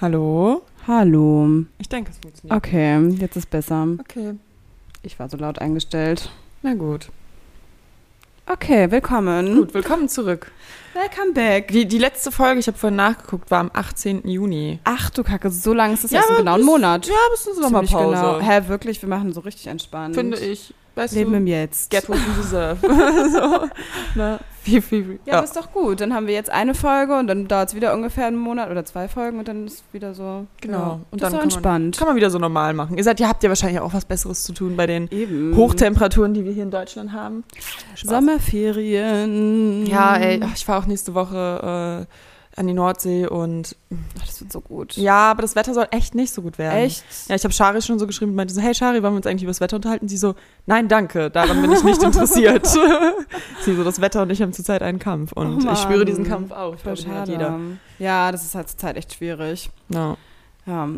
Hallo? Hallo. Ich denke, es funktioniert. Okay, jetzt ist besser. Okay. Ich war so laut eingestellt. Na gut. Okay, willkommen. Gut, willkommen zurück. Welcome back. Die, die letzte Folge, ich habe vorhin nachgeguckt, war am 18. Juni. Ach du Kacke, so lange ist es Ja, ja, erst aber im genauen das- Monat. Ja, bis eine Ziemlich Sommerpause. Genau. Hä, wirklich, wir machen so richtig entspannt. Finde ich. Weißt Leben du, im Jetzt. get what you deserve. so, ne? Viel, viel, ja, aber ist doch gut. Dann haben wir jetzt eine Folge und dann dauert es wieder ungefähr einen Monat oder zwei Folgen und dann ist wieder so. Genau. Ja. Und dann Und dann ist doch kann entspannt. Kann man wieder so normal machen. Ihr seid, ihr habt ja wahrscheinlich auch was Besseres zu tun bei den Eben. Hochtemperaturen, die wir hier in Deutschland haben. Mhm. Spaß. Sommerferien. Ja, ey, ach, ich fahre auch nächste Woche äh, an die Nordsee und Ach, das wird so gut. ja, aber das Wetter soll echt nicht so gut werden. Echt? Ja, ich habe Shari schon so geschrieben und meinte so, hey Shari, wollen wir uns eigentlich über das Wetter unterhalten? Sie so, nein, danke, daran bin ich nicht interessiert. Sie so, das Wetter und ich haben zurzeit einen Kampf Oh und Mann. ich spüre diesen Kampf auch. Ich Voll glaube, den hat schade. jeder. Ja, das ist halt zur Zeit echt schwierig. Ja. Ja.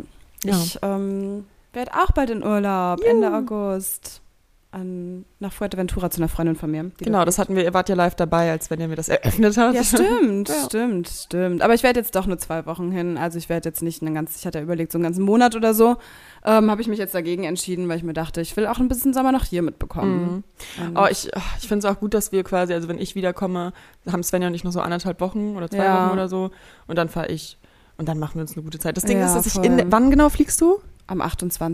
Ja. Ich ähm, werde auch bald in Urlaub, Juhu. Ende August. An, nach Fuerteventura zu einer Freundin von mir. die Genau, dort- das hatten wir, ihr wart ja live dabei, als wenn ihr mir das eröffnet habt. Ja, stimmt, Ja. stimmt, stimmt. Aber ich werde jetzt doch nur zwei Wochen hin. Also ich werde jetzt nicht einen ganzen, ich hatte ja überlegt, so einen ganzen Monat oder so, ähm, habe ich mich jetzt dagegen entschieden, weil ich mir dachte, ich will auch ein bisschen Sommer noch hier mitbekommen. Ähm, Mhm. Und- Oh, ich ach, ich finde es auch gut, dass wir quasi, also wenn ich wiederkomme, haben Sven ja nicht nur so anderthalb Wochen oder zwei Ja. Wochen oder so und dann fahre ich und dann machen wir uns eine gute Zeit. Das Ding Ja, ist, dass ich voll. in, wann genau fliegst du? Am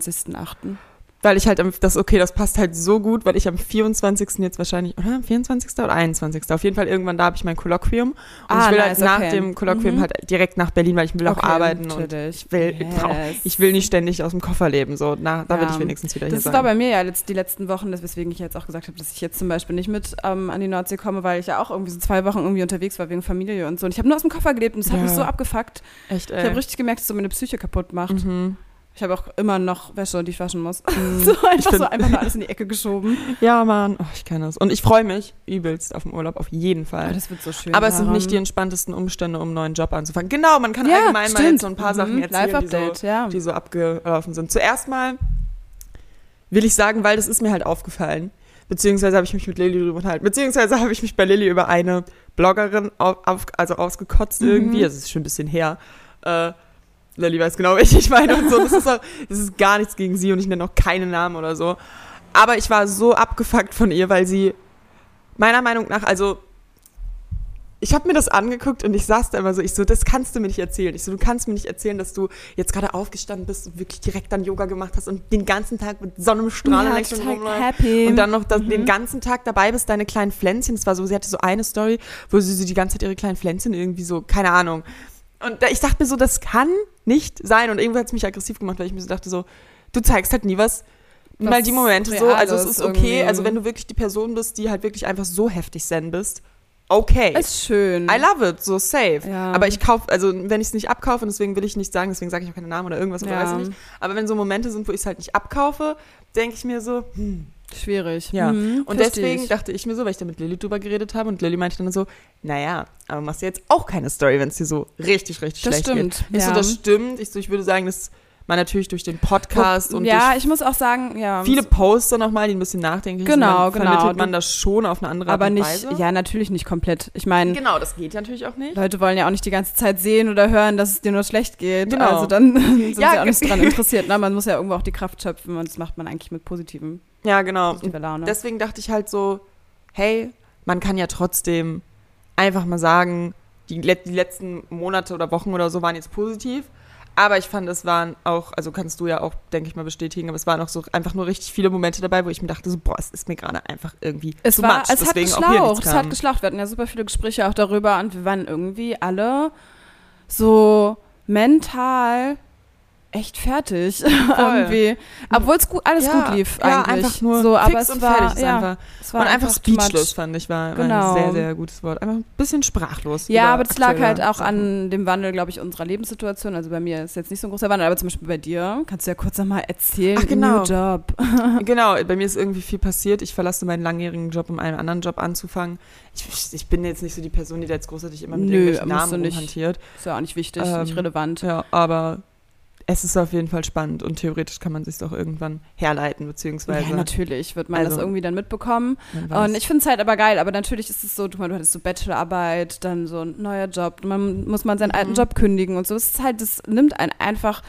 28.08. Weil ich halt, am, das, okay, das passt halt so gut, weil ich am 24. jetzt wahrscheinlich, oder? 24. oder 21. Auf jeden Fall irgendwann da habe ich mein Kolloquium. Und Ah, ich will nice, halt nach okay. dem Kolloquium Mhm. halt direkt nach Berlin, weil ich will auch Okay, arbeiten und natürlich. ich will, ich, brauch, ich will nicht ständig aus dem Koffer leben. So, na, da will Ja. ich wenigstens wieder Das hier ist war sein. bei mir ja jetzt die letzten Wochen, das- weswegen ich jetzt auch gesagt habe, dass ich jetzt zum Beispiel nicht mit ähm, an die Nordsee komme, weil ich ja auch irgendwie so zwei Wochen irgendwie unterwegs war wegen Familie und so. Und ich habe nur aus dem Koffer gelebt und das hat Ja. mich so abgefuckt. Echt, Ich habe richtig gemerkt, dass es so meine Psyche kaputt macht. mhm. Ich habe auch immer noch Wäsche, die ich waschen muss. so einfach bin- so einfach nur alles in die Ecke geschoben. Ja, Mann, oh, ich kann das. Und ich freue mich übelst auf den Urlaub, auf jeden Aber Fall. Ah, das wird so schön. Aber es sind daran. nicht die entspanntesten Umstände, um einen neuen Job anzufangen. Genau, man kann ja, allgemein stimmt. mal jetzt so ein paar Sachen Mhm, erzählen, die so, Live-Update, ja. die so abgelaufen sind. Zuerst mal will ich sagen, weil das ist mir halt aufgefallen. Beziehungsweise habe ich mich mit Lilly drüber unterhalten. Beziehungsweise habe ich mich bei Lilly über eine Bloggerin auf, auf, also ausgekotzt irgendwie. Also es ist schon ein bisschen her. Äh, Lilly weiß genau, welche ich meine und so. Das ist, auch, das ist gar nichts gegen sie und ich nenne auch keine Namen oder so. Aber ich war so abgefuckt von ihr, weil sie meiner Meinung nach, also ich habe mir das angeguckt und ich saß da immer so, ich so, das kannst du mir nicht erzählen. Ich so, du kannst mir nicht erzählen, dass du jetzt gerade aufgestanden bist und wirklich direkt dann Yoga gemacht hast und den ganzen Tag mit Sonnenstrahlen ja, ja, rumläufst. total happy. Und dann noch das, Mhm. den ganzen Tag dabei bist, deine kleinen Pflänzchen. Das war so, sie hatte so eine Story, wo sie so die ganze Zeit ihre kleinen Pflänzchen irgendwie so, keine Ahnung. Und da, ich dachte mir so, das kann nicht sein. Und irgendwie hat es mich aggressiv gemacht, weil ich mir so dachte so, du zeigst halt nie was. Was mal die Momente so. Also es Reales ist okay. irgendwie. Also wenn du wirklich die Person bist, die halt wirklich einfach so heftig zen bist, okay. ist schön. I love it, so safe. Ja. Aber ich kaufe, also wenn ich es nicht abkaufe, und deswegen will ich nicht sagen, deswegen sage ich auch keine Namen oder irgendwas, oder Ja. weiß ich nicht. Aber wenn so Momente sind, wo ich es halt nicht abkaufe, denke ich mir so, Schwierig. ja. Mhm, und versteh deswegen ich. dachte ich mir so, weil ich da mit Lilly drüber geredet habe und Lilly meinte dann so, naja, aber machst du jetzt auch keine Story, wenn es dir so richtig, richtig Das schlecht stimmt, geht. Ich so, ja. das stimmt. Ich so, ich würde sagen, dass man natürlich durch den Podcast und ja, durch ich muss auch sagen, ja. viele Posts dann nochmal, die ein bisschen nachdenklich Genau, sind, dann genau. vermittelt man Du- das schon auf eine andere aber Art und nicht, Weise. ja, natürlich nicht komplett. Ich meine, Genau, das geht natürlich auch nicht. Leute wollen ja auch nicht die ganze Zeit sehen oder hören, dass es dir nur schlecht geht. Genau. Also dann sind Ja, sie auch nicht ge- dran interessiert. Ne? Man muss ja irgendwo auch die Kraft schöpfen und das macht man eigentlich mit positiven, Ja, genau. positiver Laune. Deswegen dachte ich halt so, hey, man kann ja trotzdem einfach mal sagen, die, let die letzten Monate oder Wochen oder so waren jetzt positiv. Aber ich fand, es waren auch, also kannst du ja auch, denke ich mal, bestätigen, aber es waren auch so einfach nur richtig viele Momente dabei, wo ich mir dachte, so, boah, es ist mir gerade einfach irgendwie es too war, much. es hat Deswegen auch hier nichts geschlaucht, es hat kam. geschlaucht. Wir hatten ja super viele Gespräche auch darüber und wir waren irgendwie alle so mental echt fertig irgendwie. Obwohl es gut, alles ja, gut lief ja, eigentlich. einfach nur so, aber fix es und war, fertig ist ja, einfach. Es Und war einfach too much. speechless, fand ich, war Genau. ein sehr, sehr gutes Wort. Einfach ein bisschen sprachlos. Ja, über aber das lag aktuelle halt auch Sachen. an dem Wandel, glaube ich, unserer Lebenssituation. Also bei mir ist jetzt nicht so ein großer Wandel, aber zum Beispiel bei dir kannst du ja kurz nochmal erzählen. Ach, genau. New Job. Genau, bei mir ist irgendwie viel passiert. Ich verlasse meinen langjährigen Job, um einen anderen Job anzufangen. Ich, ich bin jetzt nicht so die Person, die da jetzt großartig immer mit Nö, irgendwelchen musst du Namen nicht. hantiert. Ist ja auch nicht wichtig, Ähm, nicht relevant. Ja, aber es ist auf jeden Fall spannend und theoretisch kann man sich doch irgendwann herleiten, beziehungsweise. Ja, natürlich wird man Also- das irgendwie dann mitbekommen. man weiß. Und ich finde es halt aber geil, aber natürlich ist es so, du, du hattest so Bachelorarbeit, dann so ein neuer Job, man muss man seinen alten Job kündigen und so. Es ist halt, das nimmt einen einfach,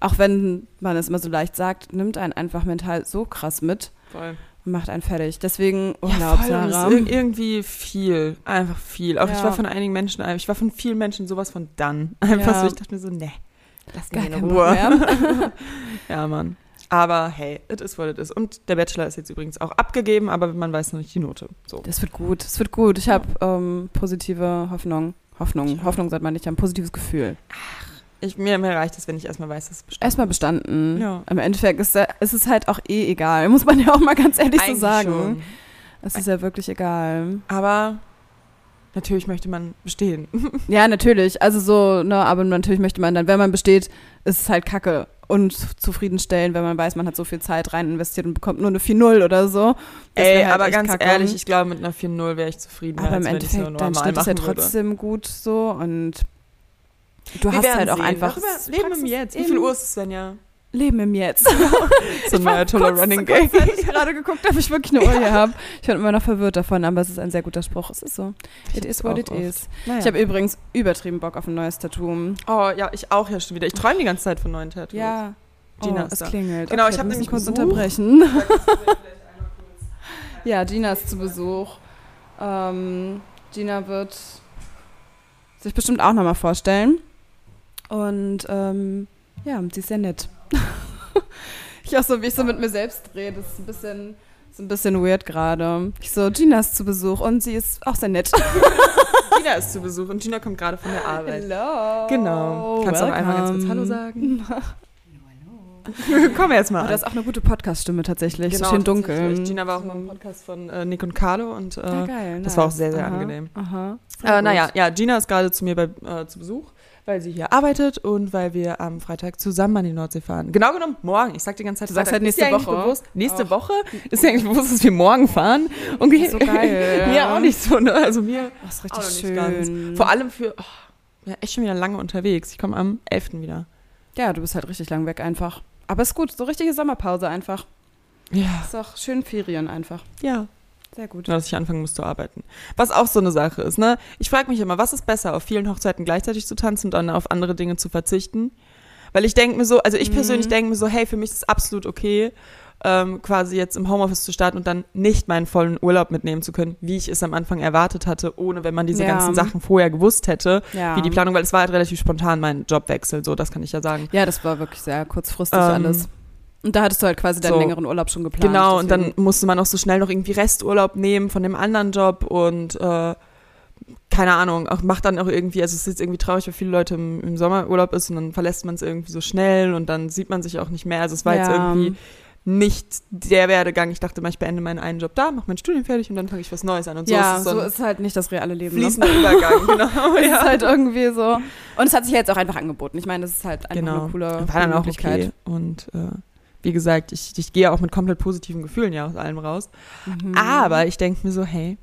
auch wenn man es immer so leicht sagt, nimmt einen einfach mental so krass mit voll. und macht einen fertig. Deswegen Ja, Urlaub, voll. Und Sarah. es ist ir- irgendwie viel. Einfach viel. Auch ich Ja. war von einigen Menschen, ich war von vielen Menschen sowas von dann. Einfach Ja. so, ich dachte mir so, ne, lass Gar mich in keinen Bock Ruhe. mehr. ja, Mann. Aber hey, it is what it is. Und der Bachelor ist jetzt übrigens auch abgegeben, aber man weiß noch nicht die Note. So. Das wird gut, das wird gut. Ich habe ähm, positive Hoffnung. Hoffnung, Ja. Hoffnung sagt man nicht, ich hab ein positives Gefühl. Ich, mir, mir reicht es, wenn ich erstmal weiß, dass es bestimmt Erstmal bestanden. Ja. Im Endeffekt ist, da- ist es halt auch eh egal, muss man ja auch mal ganz ehrlich Äh, so sagen. schon. Es ist ja wirklich egal. Aber natürlich möchte man bestehen. Ja, natürlich. Also so, ne, aber natürlich möchte man dann, wenn man besteht, ist es halt Kacke. Und zufriedenstellen, wenn man weiß, man hat so viel Zeit rein investiert und bekommt nur eine 4-0 oder so. Das Ey, wär halt aber echt ganz Kacke. ehrlich, ich glaube, mit einer 4-0 wäre ich zufrieden, aber als im wenn ich es nur Endeffekt, dann normal steht es ja machen würde. trotzdem gut so und du Wir hast werden halt auch sehen. einfach. Darüber, Leben im Praxis- Jetzt. Wie im- viel Uhr ist es denn ja? Leben im Jetzt. So ein neuer toller Running Gag. Ich habe gerade geguckt, ob ich wirklich eine Uhr hier habe. Ich bin immer noch verwirrt davon, aber es ist ein sehr guter Spruch. Es ist so. It is what Oh, it is. Ich habe übrigens übertrieben Bock auf ein neues Tattoo. oh ja, ich auch ja schon wieder. Ich träume die ganze Zeit von neuen Tattoos. Ja. Gina oh, ist es da. klingelt. Genau, ich wir hab müssen nämlich kurz Besuch. unterbrechen. ja, Gina ist zu Besuch. Ähm, Gina wird sich bestimmt auch nochmal vorstellen. Und ähm, ja, sie ist sehr nett. ich auch so, wie ich so mit mir selbst rede, ist ein bisschen, ist ein bisschen weird gerade. Ich so, Gina ist zu Besuch und sie ist auch sehr nett. Gina ist zu Besuch und Gina kommt gerade von der Arbeit. Hello. Genau. Kannst du auch einmal ganz kurz welcome. Hallo sagen? Komm jetzt mal. Oh, an. das ist auch eine gute Podcast-Stimme tatsächlich. so schön dunkel. Genau, tatsächlich. Gina war auch mal im Podcast von äh, Nick und Carlo und äh, Ah, geil, das nice. war auch sehr, sehr Aha, angenehm. Aha. Sehr äh, gut. naja, ja, Gina ist gerade zu mir bei, äh, zu Besuch, weil sie hier arbeitet und weil wir am Freitag zusammen an die Nordsee fahren. Genau genommen, morgen. Ich sag die ganze Zeit, Du sagst Freitag. halt Ist dir nächste eigentlich Woche. Bewusst, nächste Auch. Woche ist ja eigentlich bewusst, dass wir morgen fahren. Und ist so geil, mir ja. auch nicht so, ne? Also mir Oh, ist auch richtig noch nicht schön. ganz. Vor allem für, oh, ich bin echt schon wieder lange unterwegs. Ich komme am 11. wieder. ja, du bist halt richtig lang weg einfach. Aber ist gut, so richtige Sommerpause einfach. Ja, Ist auch schön Ferien einfach. ja. Sehr gut. Nur, dass ich anfangen muss zu arbeiten. Was auch so eine Sache ist, ne? Ich frage mich immer, was ist besser, auf vielen Hochzeiten gleichzeitig zu tanzen und dann auf andere Dinge zu verzichten? Weil ich denke mir so, also Mhm. ich persönlich denke mir so, hey, für mich ist es absolut okay, ähm, quasi jetzt im Homeoffice zu starten und dann nicht meinen vollen Urlaub mitnehmen zu können, wie ich es am Anfang erwartet hatte, ohne wenn man diese Ja. ganzen Sachen vorher gewusst hätte, Ja. wie die Planung, weil es war halt relativ spontan mein Jobwechsel, so, das kann ich ja sagen. Ja, das war wirklich sehr kurzfristig Ähm, alles. Und da hattest du halt quasi deinen so. längeren Urlaub schon geplant. Genau, und dann deswegen- musste man auch so schnell noch irgendwie Resturlaub nehmen von dem anderen Job und äh, keine Ahnung, auch macht dann auch irgendwie, also es ist jetzt irgendwie traurig, weil viele Leute im, im Sommerurlaub ist und dann verlässt man es irgendwie so schnell und dann sieht man sich auch nicht mehr. Also es war jetzt Ja. irgendwie nicht der Werdegang. Ich dachte mal, ich beende meinen einen Job da, mache mein Studium fertig und dann fange ich was Neues an. Und so ja, ist es so so ein ist halt nicht das reale Leben. ne? fließender Übergang, genau. Es ja. ist halt irgendwie so. Und es hat sich ja jetzt auch einfach angeboten. Ich meine, das ist halt einfach Genau. eine coole War dann auch Möglichkeit. okay. Und äh, wie gesagt, ich, ich gehe auch mit komplett positiven Gefühlen ja aus allem raus. Mhm. Aber ich denke mir so, hey,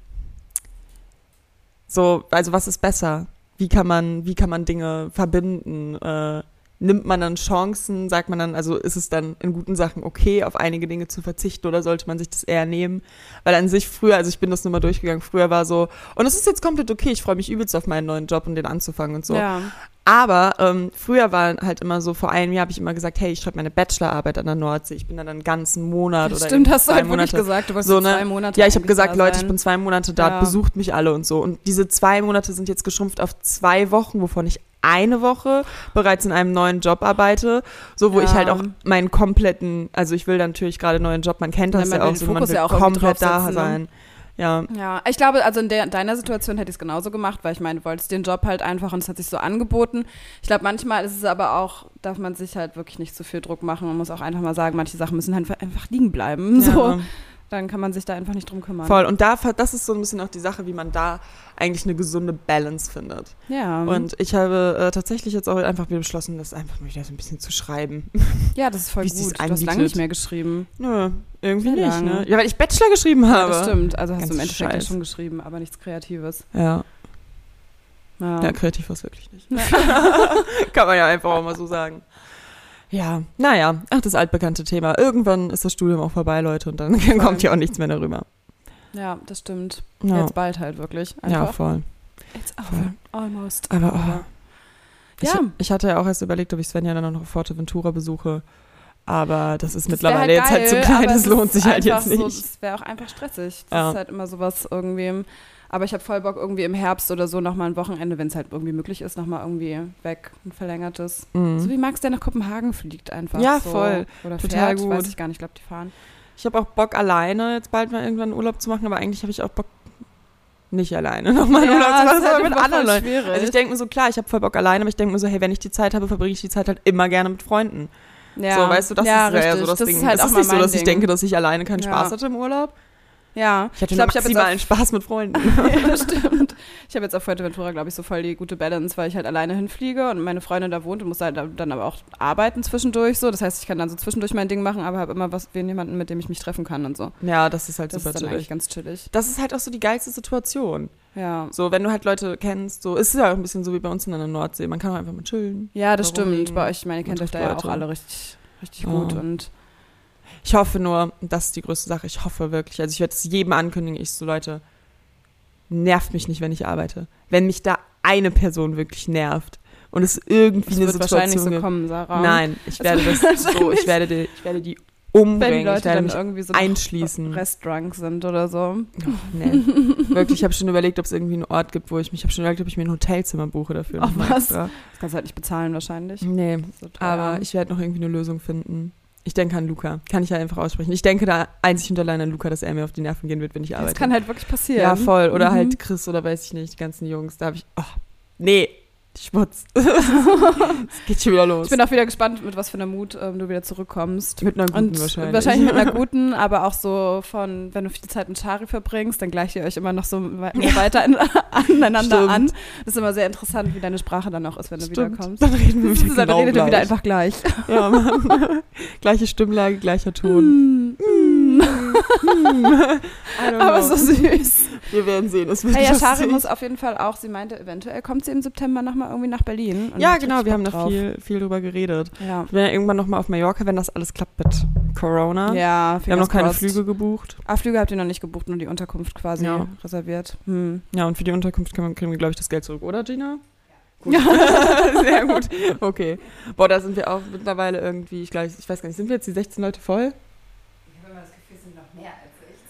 so, also was ist besser? Wie kann man, wie kann man Dinge verbinden? Äh, nimmt man dann Chancen? Sagt man dann, also ist es dann in guten Sachen okay, auf einige Dinge zu verzichten oder sollte man sich das eher nehmen? Weil an sich früher, also ich bin das nochmal durchgegangen, früher war so, und es ist jetzt komplett okay, ich freue mich übelst auf meinen neuen Job und den anzufangen und so. Ja. Aber ähm, früher war halt immer so, vor einem Jahr habe ich immer gesagt, hey, ich schreibe meine Bachelorarbeit an der Nordsee, ich bin dann einen ganzen Monat Das oder stimmt, irgendwie hast du zwei halt wirklich Monate gesagt, du wolltest so, so, ne? zwei Monate. ja, ich habe eigentlich gesagt, da Leute, ich sein. bin zwei Monate da, Ja. besucht mich alle und so. Und diese zwei Monate sind jetzt geschrumpft auf zwei Wochen, wovon ich eine Woche bereits in einem neuen Job arbeite, so wo ich Ja. halt auch meinen kompletten, also ich will dann natürlich gerade einen neuen Job, man kennt das Ja, man ja will auch, den so, man Fokus will ja auch irgendwie komplett da draufsetzen, ne? sein. Ja, Ja, ich glaube, also in der, deiner Situation hätte ich es genauso gemacht, weil ich meine, du wolltest den Job halt einfach und es hat sich so angeboten. Ich glaube, manchmal ist es aber auch, darf man sich halt wirklich nicht zu viel Druck machen. Man muss auch einfach mal sagen, manche Sachen müssen halt einfach liegen bleiben. So, ja. dann kann man sich da einfach nicht drum kümmern. voll. Und da, ver- das ist so ein bisschen auch die Sache, wie man da eigentlich eine gesunde Balance findet. Ja. Und ich habe äh, tatsächlich jetzt auch einfach wieder beschlossen, das einfach mal wieder so ein bisschen zu schreiben. ja, das ist voll wie sie's gut. Du hast lange anbietet. nicht mehr geschrieben. Nö, irgendwie Sehr nicht, lange. ne? Ja, weil ich Bachelor geschrieben Ja, habe. das stimmt. Also hast du im Ganz Endeffekt ja scheiß. schon geschrieben, aber nichts Kreatives. Ja. Ja. Ja, kreativ war es wirklich nicht. Kann man ja einfach auch mal so sagen. Ja, naja, ach, das altbekannte Thema. Irgendwann ist das Studium auch vorbei, Leute, und dann kommt hier auch nichts mehr darüber. Ja, das stimmt. Ja. Jetzt bald halt wirklich. Ja, Einfach. voll. It's over. Almost. Aber, over. Oh. Ich, Ja. ich hatte ja auch erst überlegt, ob ich Svenja dann noch auf Forteventura besuche. Aber das ist Das wär mittlerweile jetzt halt zu geil, klein, aber das es lohnt sich ist halt einfach jetzt so, nicht. Das wäre auch einfach stressig. Das Ja. ist halt immer sowas irgendwie. Aber ich habe voll Bock, irgendwie im Herbst oder so nochmal ein Wochenende, wenn es halt irgendwie möglich ist, nochmal irgendwie weg, ein verlängertes. Mhm. So wie Max, der nach Kopenhagen fliegt einfach. Ja, so. voll. Oder Total fährt, gut. weiß ich gar nicht, ich glaube, die fahren. Ich habe auch Bock, alleine jetzt bald mal irgendwann Urlaub zu machen, aber eigentlich habe ich auch Bock, nicht alleine nochmal Urlaub zu halt machen, sondern mit anderen Leuten. Schwierig. Also ich denke mir so, klar, ich habe voll Bock alleine, aber ich denke mir so, hey, wenn ich die Zeit habe, verbringe ich die Zeit halt immer gerne mit Freunden. ja. So, weißt du, das ja, ist ja so richtig. das, Ding. Ist halt das auch ist mal nicht so, mein dass ich Ding. denke, dass ich alleine keinen Ja. Spaß hatte im Urlaub. Ja, Ich hatte glaub, nur ich hab jetzt maximalen Spaß mit Freunden. ja, stimmt. Ich habe jetzt auf Fuerteventura, glaube ich, so voll die gute Balance, weil ich halt alleine hinfliege und meine Freundin da wohnt und muss halt da- dann aber auch arbeiten zwischendurch so. Das heißt, ich kann dann so zwischendurch mein Ding machen, aber habe immer was, wen jemanden, mit dem ich mich treffen kann und so. Ja, das ist halt Das super ist dann eigentlich chillig. ganz chillig. Das ist halt auch so die geilste Situation. Ja. So, wenn du halt Leute kennst, so ist es ja auch ein bisschen so wie bei uns in der Nordsee. Man kann auch einfach mal chillen. Ja, das Oder stimmt. rumliegen. Bei euch, ich meine, ihr Man kennt euch da trifft ja auch Leute. Ah. alle richtig, richtig Ja. gut und Ich hoffe nur, das ist die größte Sache. Ich hoffe wirklich. Also ich werde es jedem ankündigen. Ich so, Leute, nervt mich nicht, wenn ich arbeite. Wenn mich da eine Person wirklich nervt und es irgendwie es eine wird wahrscheinlich Situation so gibt. kommen, Sarah. Nein, ich werde wird das so, ich wahrscheinlich- werde die, ich werde die Wenn die umbringen. Leute Ich werde dann mich irgendwie so einschließen. restdrunk sind oder so. Oh, nee. Wirklich, ich habe schon überlegt, ob es irgendwie einen Ort gibt, wo ich mich, ich habe schon überlegt, ob ich mir ein Hotelzimmer buche dafür. Oh, nochmal was? extra. Das kannst du halt nicht bezahlen wahrscheinlich. Nee, So teuer. Mhm. aber ich werde noch irgendwie eine Lösung finden. Ich denke an Luca. Kann ich ja einfach aussprechen. Ich denke da einzig und allein an Luca, dass er mir auf die Nerven gehen wird, wenn ich arbeite. das kann halt wirklich passieren. ja, voll. Oder Mhm. halt Chris oder weiß ich nicht, die ganzen Jungs. Da habe ich. Oh, nee, Schmutz. es geht schon wieder los. Ich bin auch wieder gespannt, mit was für einer Mut ähm, du wieder zurückkommst. mit einer guten Und wahrscheinlich. mit einer guten, aber auch so von, wenn du viel Zeit mit Shari verbringst, dann gleicht ihr euch immer noch so we- weiter in, aneinander Stimmt. an. Das ist immer sehr interessant, wie deine Sprache dann auch ist, wenn du Stimmt. wiederkommst. Dann reden wir Dann wieder, genau redet ihr wieder gleich. einfach gleich. Ja, Mann. Gleiche Stimmlage, gleicher Ton. Mm, mm. I don't Aber know. so süß. Wir werden sehen. Es wird Ja, ja, Shari lustig. muss auf jeden Fall auch, sie meinte, eventuell kommt sie im September nochmal irgendwie nach Berlin. Und ja, hat genau, richtig wir haben Bock da drauf. viel, viel drüber geredet. Ja, Ich bin ja irgendwann nochmal auf Mallorca, wenn das alles klappt mit Corona. ja wir haben noch keine fingers crossed. Flüge gebucht. Ah, Flüge habt ihr noch nicht gebucht, nur die Unterkunft quasi Ja. reserviert. Hm. Ja, und für die Unterkunft kann man, kriegen wir, glaube ich, das Geld zurück, oder Gina? Gut. Ja. Sehr gut. Okay. Boah, da sind wir auch mittlerweile irgendwie, ich, glaub, ich weiß gar nicht, sind wir jetzt die 16 Leute voll?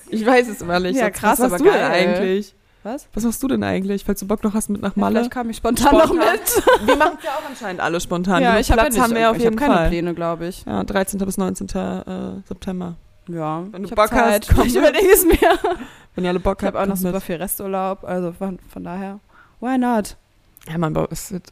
Ich weiß es immer nicht. Ja, Sonst, krass, was machst aber du denn geil. eigentlich? Was? Was machst du denn eigentlich? Falls du Bock noch hast mit nach Ja, Malle? vielleicht kam ich spontan, noch Spontan. mit. wir machen es ja auch anscheinend alle spontan. Ja, Genug ich habe ja Platz nicht, haben wir auf ich hab jeden keine Fall. Pläne, glaube ich. Ja, 13. bis 19. äh, September. Ja, Wenn du ich hab Bock hast, Zeit. komm ich mit. überlege es mir. Wenn ihr alle Bock Ich habe auch habt, noch kommt super mit. viel Resturlaub, also von, von daher, why not? Ja, man, boah, es wird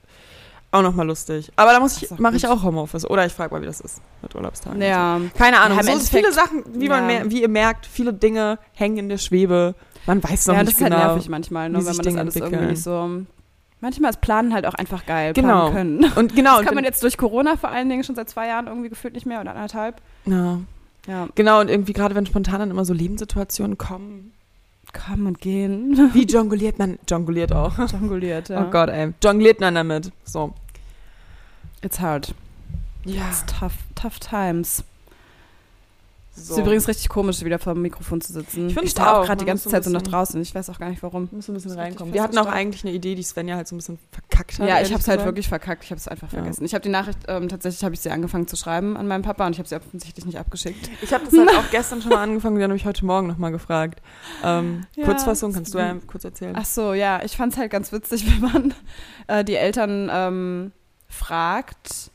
auch nochmal lustig. Aber da muss Das ich, ist doch mache ich gut. auch Homeoffice. Oder ich frage mal, wie das ist mit Urlaubstagen. und Ja, So. Keine Ahnung. Ja, im so viele Endeffekt- Sachen, wie, man ja. mer- wie ihr merkt, viele Dinge hängen in der Schwebe. Man weiß noch ja das nicht ist halt genau. nervig manchmal, wie ne, wenn sich man das Dinge alles irgendwie entwickeln. nicht so... Manchmal ist Planen halt auch einfach geil, Genau. planen können. Und genau. Das kann und man jetzt durch Corona vor allen Dingen schon seit zwei Jahren irgendwie gefühlt nicht mehr oder anderthalb. ja. Ja, Genau, und irgendwie gerade wenn spontan dann immer so Lebenssituationen kommen. kommen und gehen. Wie jongliert man? Jongliert auch. Jonguliert, ja. Oh Gott, ey. Jongliert man damit. So. It's hard. Ja. It's tough, tough times. So. Es ist übrigens richtig komisch, wieder vor dem Mikrofon zu sitzen. Ich find's stehe auch. auch gerade die Man ganze muss so ein Zeit so nach bisschen- draußen. Ich weiß auch gar nicht warum. muss ein bisschen Das ist richtig reinkommen. Wir hatten auch festgestellt. eigentlich eine Idee, die Svenja halt so ein bisschen verkackt hat. Ja, ich ehrlich habe es halt gesagt. wirklich verkackt. Ich habe es einfach Ja. vergessen. Ich habe die Nachricht, ähm, tatsächlich habe ich sie angefangen zu schreiben an meinen Papa und ich habe sie offensichtlich nicht abgeschickt. Ich habe das halt auch gestern schon mal angefangen, dann habe ich heute Morgen nochmal gefragt. Ähm, Ja, Kurzfassung, das- kannst du ja kurz erzählen? Ach so, ja. Ich fand es halt ganz witzig, wenn man äh, die Eltern ähm, fragt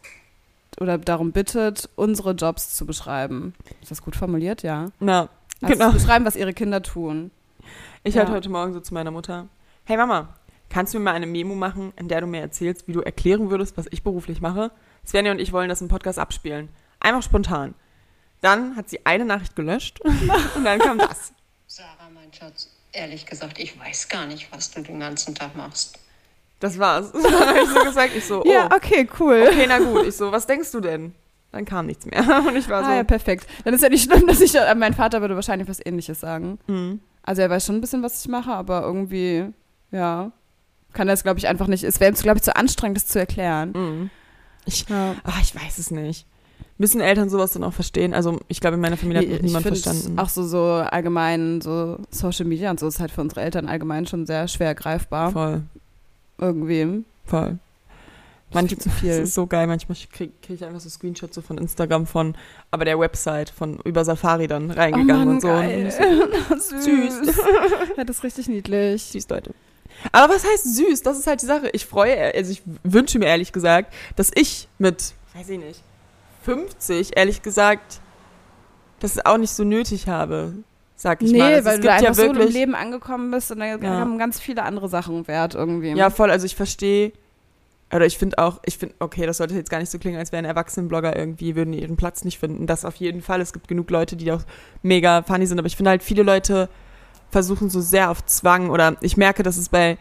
oder darum bittet, unsere Jobs zu beschreiben. Ist das gut formuliert? Ja. Na, Also Genau. zu beschreiben, was ihre Kinder tun. ich Ja. halt heute Morgen so zu meiner Mutter. Hey Mama, kannst du mir mal eine Memo machen, in der du mir erzählst, wie du erklären würdest, was ich beruflich mache? Svenja und ich wollen das im Podcast abspielen. Einfach spontan. Dann hat sie eine Nachricht gelöscht und dann kam das. Sarah, mein Schatz, ehrlich gesagt, ich weiß gar nicht, was du den ganzen Tag machst. Das war's. Dann habe ich so gesagt, ich so, oh, Ja, okay, cool. okay, na gut. Ich so, was denkst du denn? Dann kam nichts mehr. Und ich war so, Ah ja, perfekt. Dann ist ja nicht schlimm, dass ich, äh, mein Vater würde wahrscheinlich was ähnliches sagen. hm. Also er weiß schon ein bisschen, was ich mache, aber irgendwie, ja, kann das, mm. glaube ich, einfach nicht. Es wäre ihm, glaube ich, zu anstrengend, das zu erklären. hm. Ja. Ach, ich weiß es nicht. müssen Eltern sowas dann auch verstehen? Also ich glaube, in meiner Familie hat noch Ich niemand find's verstanden. Auch so, so allgemein, so Social Media und so ist halt für unsere Eltern allgemein schon sehr schwer greifbar. voll, Irgendwie. voll. Manche Manche, zu das viel. ist so geil, manchmal kriege krieg ich einfach so Screenshots so von Instagram von, aber der Website von über Safari dann Oh reingegangen und so. ne? Und ich so, Süß. ja, das ist richtig niedlich. Süß, Leute. Aber was heißt süß? Das ist halt die Sache. Ich freue, also ich wünsche mir ehrlich gesagt, dass ich mit, weiß ich nicht, 50, ehrlich gesagt, das auch nicht so nötig habe, sag ich nee, mal. Also weil es du gibt da einfach ja so im wirklich, Leben angekommen bist und da Ja. haben ganz viele andere Sachen Wert irgendwie. ja voll, also ich verstehe, oder ich finde auch, ich finde, okay, das sollte jetzt gar nicht so klingen, als wären Erwachsenenblogger irgendwie, würden ihren Platz nicht finden. Das auf jeden Fall. Es gibt genug Leute, die auch mega funny sind, aber ich finde halt, viele Leute versuchen so sehr auf Zwang oder ich merke, dass es bei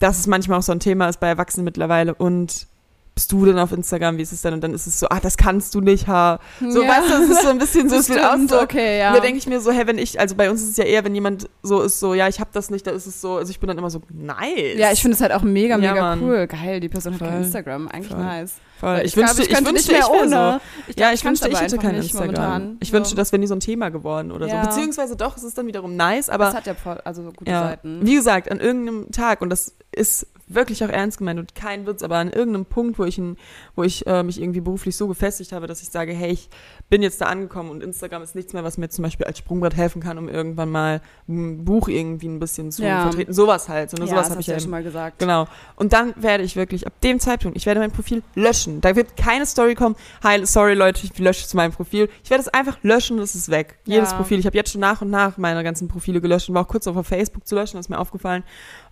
dass es manchmal auch so ein Thema ist bei Erwachsenen mittlerweile und bist du denn auf Instagram, wie ist es denn? Und dann ist es so, ah, das kannst du nicht, ha. So, Ja. weißt du, es ist so ein bisschen so, es wird Stimmt, auch so. okay, ja. Da denke ich mir so, hey, wenn ich, also bei uns ist es ja eher, wenn jemand so ist, so, ja, ich hab das nicht, da ist es so, also ich bin dann immer so, nice. ja, ich finde es halt auch mega, Ja, mega Mann. cool. Geil, die Person hat Voll. kein Instagram. Eigentlich Voll. nice. Voll. Weil Ich, wünschte, glaub, ich, könnte wünschte, nicht mehr ich wäre so. ohne. Ich Ja, glaub, ich kann's wünschte, ich aber hätte einfach kein nicht Instagram. Momentan. Ich Ja. wünschte, das wäre nie so ein Thema geworden oder Ja. so. Beziehungsweise doch, es ist dann wiederum nice, aber Das hat ja voll, also gute ja. Seiten. Wie gesagt, an irgendeinem Tag, und das ist wirklich auch ernst gemeint und kein Witz, aber an irgendeinem Punkt, wo ich, ihn- wo ich äh, mich irgendwie beruflich so gefestigt habe, dass ich sage, hey, ich bin jetzt da angekommen und Instagram ist nichts mehr, was mir zum Beispiel als Sprungbrett helfen kann, um irgendwann mal ein Buch irgendwie ein bisschen zu Ja. vertreten. Sowas halt. So, ne? ja, sowas das habe hast ich du ja ja im- schon mal gesagt. Genau. Und dann werde ich wirklich ab dem Zeitpunkt, ich werde mein Profil löschen. Da wird keine Story kommen, hi, sorry Leute, ich lösche jetzt mein Profil. Ich werde es einfach löschen und es ist weg. Jedes Ja. Profil. Ich habe jetzt schon nach und nach meine ganzen Profile gelöscht und war auch kurz auf Facebook zu löschen, das ist mir aufgefallen.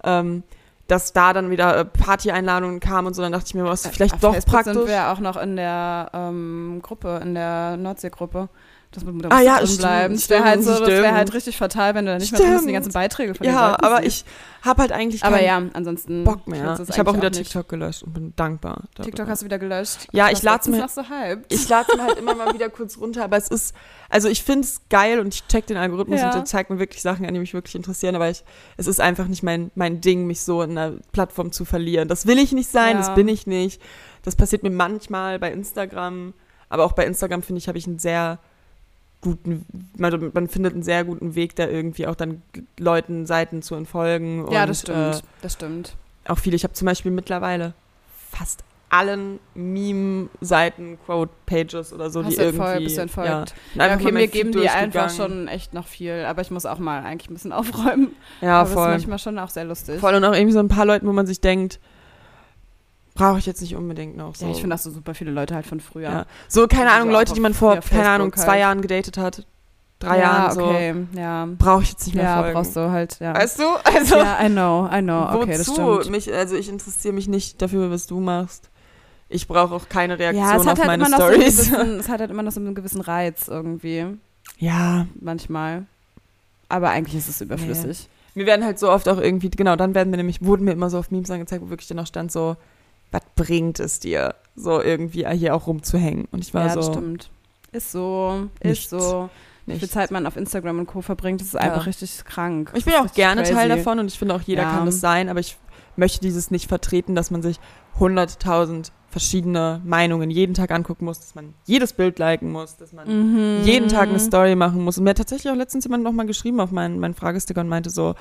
Ähm, dass da dann wieder äh, Party-Einladungen kamen und so, dann dachte ich mir, was ist vielleicht Äh, Auf doch Facebook praktisch. sind wir ja auch noch in der ähm, Gruppe, in der Nordsee-Gruppe. Das mit da Ah musst du ja, drin stimmt, bleiben. Das wäre stimmt, halt, so, das wär stimmt. halt richtig fatal, wenn du da nicht mehr drin bist und die Stimmt. ganzen Beiträge von den ja, Leuten aber siehst. ich habe halt eigentlich Aber keinen ja, ansonsten. Bock nutzt mehr. das Ich habe auch eigentlich wieder nicht. TikTok gelöscht und bin dankbar. darüber. TikTok hast du wieder gelöscht. Ja, ich warst lad's letztens mir- noch so halb. Ich lade mir halt immer mal wieder kurz runter, aber es ist, also ich finde es geil und ich check den Algorithmus Ja. und der zeigt mir wirklich Sachen an, die mich wirklich interessieren, aber ich, es ist einfach nicht mein, mein Ding, mich so in einer Plattform zu verlieren. Das will ich nicht sein, das Ja. bin ich nicht. Das passiert mir manchmal bei Instagram, aber auch bei Instagram, finde ich, habe ich einen sehr guten, man, man findet einen sehr guten Weg, da irgendwie auch dann Leuten Seiten zu entfolgen. ja, und, das Äh, stimmt. das stimmt. auch viele. Ich habe zum Beispiel mittlerweile fast allen Meme-Seiten, Quote-Pages oder so, Hast die du irgendwie. entfolgt, bist du entfolgt. Ja, Ja, Einfach mal okay, mein mir Feed geben die einfach durchgegangen. schon echt noch viel. Aber ich muss auch mal eigentlich ein bisschen aufräumen. Ja, aber das voll. ist manchmal schon auch sehr lustig. Voll und auch irgendwie so ein paar Leuten, wo man sich denkt, brauche ich jetzt nicht unbedingt noch so. Ja, ich finde auch so super viele Leute halt von früher. Ja. So, keine Also Ahnung, auch Leute, auf- die man vor, ja, keine Ahnung, Facebook zwei halt. Jahren gedatet hat, drei ja, Jahren so, okay, ja. brauche ich jetzt nicht mehr Ja, folgen. brauchst du halt, ja. Weißt du? Also, ja, I know, I know. Okay, das wozu? stimmt. mich, also ich interessiere mich nicht dafür, was du machst. Ich brauche auch keine Reaktion Ja, es hat, auf halt meine immer noch so einen Stories. gewissen, es hat halt immer noch so einen gewissen Reiz irgendwie, ja, manchmal. Aber eigentlich ist es überflüssig. Mir werden halt so oft auch irgendwie, genau, dann werden mir nämlich, wurden mir immer so auf Memes angezeigt, wo wirklich dann auch stand so, was bringt es dir, so irgendwie hier auch rumzuhängen? Und ich war ja, das so, stimmt. Ist so, ist Nichts. so. Wie viel nicht. Zeit man auf Instagram und Co. verbringt, das ist einfach richtig krank. Ich bin Das ja ist auch richtig gerne Teil crazy. davon und ich finde auch, jeder Ja. kann das sein, aber ich möchte dieses nicht vertreten, dass man sich hunderttausend verschiedene Meinungen jeden Tag angucken muss, dass man jedes Bild liken muss, dass man Mhm. jeden Tag eine Story machen muss. Und mir hat tatsächlich auch letztens jemand nochmal geschrieben auf meinen, meinen Fragesticker und meinte so,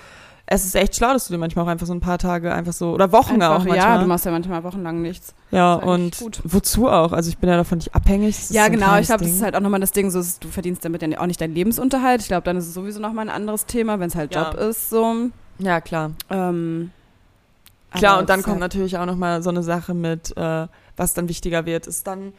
es ist echt schlau, dass du dir manchmal auch einfach so ein paar Tage einfach so, oder Wochen Einfach, auch manchmal. Ja, du machst ja manchmal wochenlang nichts. Ja, Ist eigentlich und gut. wozu auch? Also ich bin ja davon nicht abhängig. das ist Ja, so ein genau. kleines Ich glaube, das Ding. ist halt auch nochmal das Ding, so, es- du verdienst damit ja auch nicht deinen Lebensunterhalt. Ich glaube, dann ist es sowieso nochmal ein anderes Thema, wenn es halt Ja. Job ist. So. Ja, klar. Ähm, Klar, halt- aber und dann es kommt ist halt- natürlich auch nochmal so eine Sache mit, äh, was dann wichtiger wird, ist dann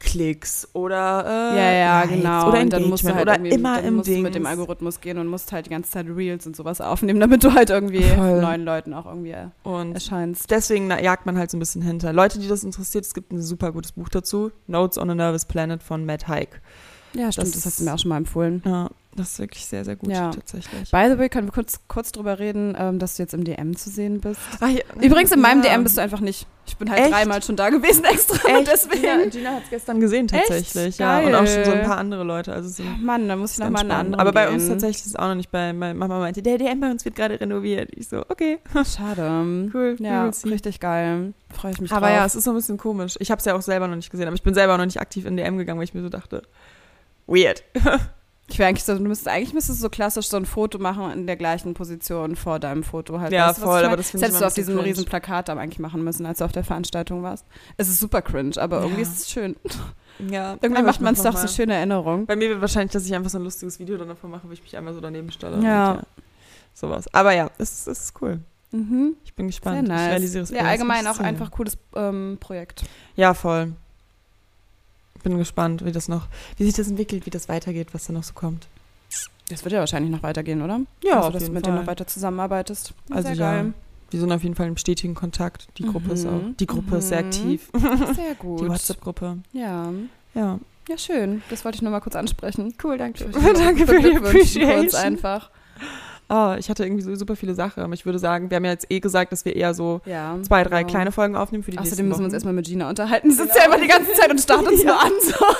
Klicks oder äh, ja, ja, Likes genau. oder und dann musst du halt Engagement oder irgendwie- immer dann im musst Ding. du mit dem Algorithmus gehen und musst halt die ganze Zeit Reels und sowas aufnehmen, damit du halt irgendwie Voll. neuen Leuten auch irgendwie Und erscheinst. deswegen na, jagt man halt so ein bisschen hinter. Leute, die das interessiert, es gibt ein super gutes Buch dazu, Notes on a Nervous Planet von Matt Haig. Ja, stimmt, das, ist- hast du mir auch schon mal empfohlen. Ja, Das ist wirklich sehr, sehr gut Ja. tatsächlich. By the way, können wir kurz, kurz drüber reden, ähm, dass du jetzt im DM zu sehen bist. Ach, ja. Übrigens, in meinem Ah, Ja. DM bist du einfach nicht. Ich bin halt Echt? dreimal schon da gewesen extra. Echt? Und deswegen. Gina, Gina hat es gestern gesehen Echt? tatsächlich. Ja, und auch schon so ein Geil. paar andere Leute. Also so Ach Mann, da muss ich nochmal einen anderen. Aber bei gehen. uns tatsächlich ist es auch noch nicht bei. Meine Mama meinte, der DM bei uns wird gerade renoviert. Ich so, okay, Schade. cool. we Ja, will see. richtig geil. Freue ich mich Aber drauf. ja, es ist so ein bisschen komisch. Ich habe es ja auch selber noch nicht gesehen, aber ich bin selber auch noch nicht aktiv in DM gegangen, weil ich mir so dachte, weird. ich wäre eigentlich so, du müsstest, eigentlich müsstest du so klassisch so ein Foto machen in der gleichen Position vor deinem Foto halt. Ja, Weißt du, was voll, ich aber mein? das das finde ich hättest du immer auf ein bisschen diesem riesen cringe. Plakat am eigentlich machen müssen, als du auf der Veranstaltung warst. Es ist super cringe, aber Ja. irgendwie ist es schön. Ja, Irgendwie macht man es doch so schön. schöne Erinnerung. Bei mir wird wahrscheinlich, dass ich einfach so ein lustiges Video dann davon mache, wie ich mich einmal so daneben stelle. Ja. Und, Sowas. Aber ja, es, es ist cool. Mhm. Ich bin Sehr gespannt. nice. Ich realisiere es ja, erst, muss allgemein ich auch sehen. einfach cooles ähm, Projekt. Ja, voll. Bin gespannt, wie das noch, wie sich das entwickelt, wie das weitergeht, was da noch so kommt. Das wird ja wahrscheinlich noch weitergehen, oder? Ja, also, auf dass du jeden mit Fall. denen noch weiter zusammenarbeitest. Also Sehr ja. geil. Wir sind auf jeden Fall im stetigen Kontakt. Die Gruppe ist auch, Mhm. die Gruppe ist sehr Mhm. aktiv. Sehr gut. Die WhatsApp-Gruppe. Ja. Ja. Ja, schön. Das wollte ich nur mal kurz ansprechen. Cool, danke. Danke für die Kurz Appreciation. einfach. Ah, ich hatte irgendwie so super viele Sachen, aber ich würde sagen, wir haben ja jetzt eh gesagt, dass wir eher so Ja. zwei, drei genau. kleine Folgen aufnehmen für die nächsten Außerdem müssen wir uns Wochen. erstmal mit Gina unterhalten. Die sitzt ja immer die ganze Zeit und starrt uns nur an. So.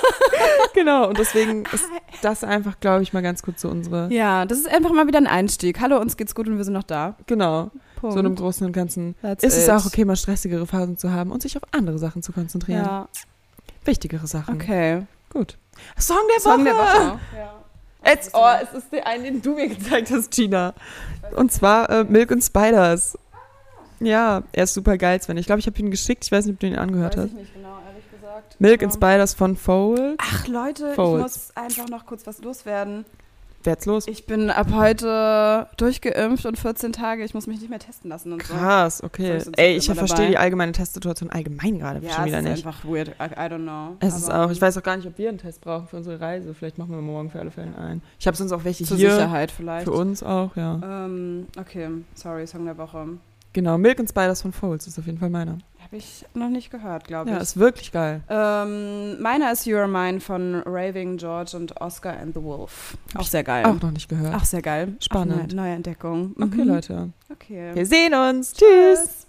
Genau, und deswegen ist das einfach, glaube ich, mal ganz kurz so unsere, Ja, das ist einfach mal wieder ein Einstieg. Hallo, uns geht's gut und wir sind noch da. genau, Punkt. so einem Großen und Ganzen. That's Ist es it. auch okay, mal stressigere Phasen zu haben und sich auf andere Sachen zu konzentrieren. Ja, Wichtigere Sachen. okay. Gut. Song der Song Woche! der Woche. Ja. Jetzt, oh, es ist der eine, den du mir gezeigt hast, Gina. Und zwar äh, Milk and Spiders. Ja, er ist super geil, Sven. Ich glaube, ich habe ihn geschickt. Ich weiß nicht, ob du ihn angehört Weiß hast. ich nicht genau, ehrlich gesagt. Milk and Aber- Spiders von Fold. Ach Leute, Folds. ich muss einfach noch kurz was loswerden. Wärts los. Ich bin ab heute durchgeimpft und 14 Tage. Ich muss mich nicht mehr testen lassen und Krass, okay. Sonst sind Ey, sie ich immer verstehe dabei. die allgemeine Testsituation allgemein gerade so. Ja, Äh, schon wieder es ist nicht. einfach weird. I, I don't know. Es ist Aber auch, ich weiß auch gar nicht, ob wir einen Test brauchen für unsere Reise. Vielleicht machen wir morgen für alle Fälle einen. Ich habe sonst auch welche Zur hier. Sicherheit vielleicht. Für uns auch, ja. Ähm, okay, sorry, Song der Woche. Genau, Milk and Spiders von Folds ist auf jeden Fall meiner. Habe ich noch nicht gehört, glaube Ja, ich. ist wirklich geil. Ähm, meiner ist You Are Mine von Raving George und Oscar and the Wolf. Hab Auch ich sehr geil. Auch noch nicht gehört. Auch sehr geil. Spannend. Auch eine neue Entdeckung. Okay, Mhm. Leute. Okay. Wir sehen uns. Tschüss. Tschüss.